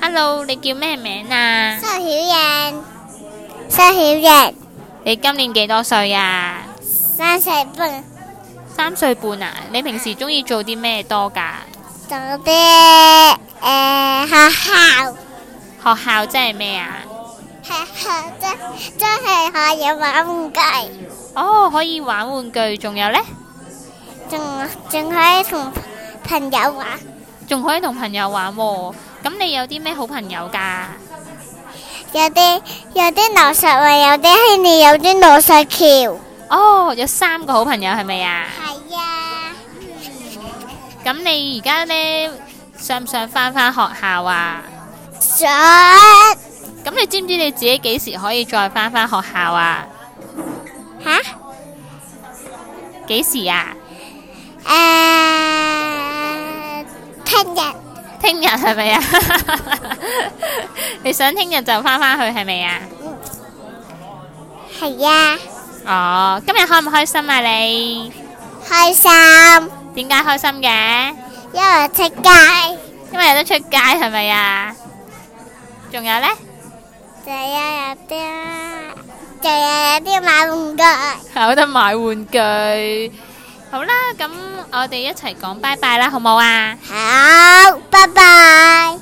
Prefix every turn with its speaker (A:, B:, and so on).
A: Hello，你叫咩名啊？
B: 收曉燕，收曉燕，
A: 你今年幾多歲啊？
B: 三四半，
A: 三歲半啊？你平時中意做啲咩多噶？
B: 做啲誒學校
A: 學校即係咩啊？
B: 學校真真係可以玩玩具，
A: 哦，可以玩玩具，仲有呢？
B: 仲仲可以同朋友玩，
A: 仲可以同朋友玩喎、咁你有啲咩好朋友噶？
B: 有啲有啲老實話，有啲希尼，有啲老實橋。
A: 哦，有三個好朋友係咪啊？
B: 係啊，
A: 咁你而家呢，想唔想翻返學校啊？
B: 想
A: 咁你知唔知你自己幾時可以再翻返學校啊？
B: 吓
A: 幾時啊？
B: À, 誒，聽日
A: 聽日係咪啊？你想聽日就翻返去係咪啊？
B: 係啊，
A: 哦，今日開唔開心啊你？
B: 開心，
A: 點解開心嘅？
B: 因為出街。
A: 因為有得出街係咪啊？仲有呢？
B: 就有有啲，就有有啲買玩具，
A: 有得買玩具。好啦，咁我哋一齊講拜拜啦，好冇啊？
B: 好，拜拜。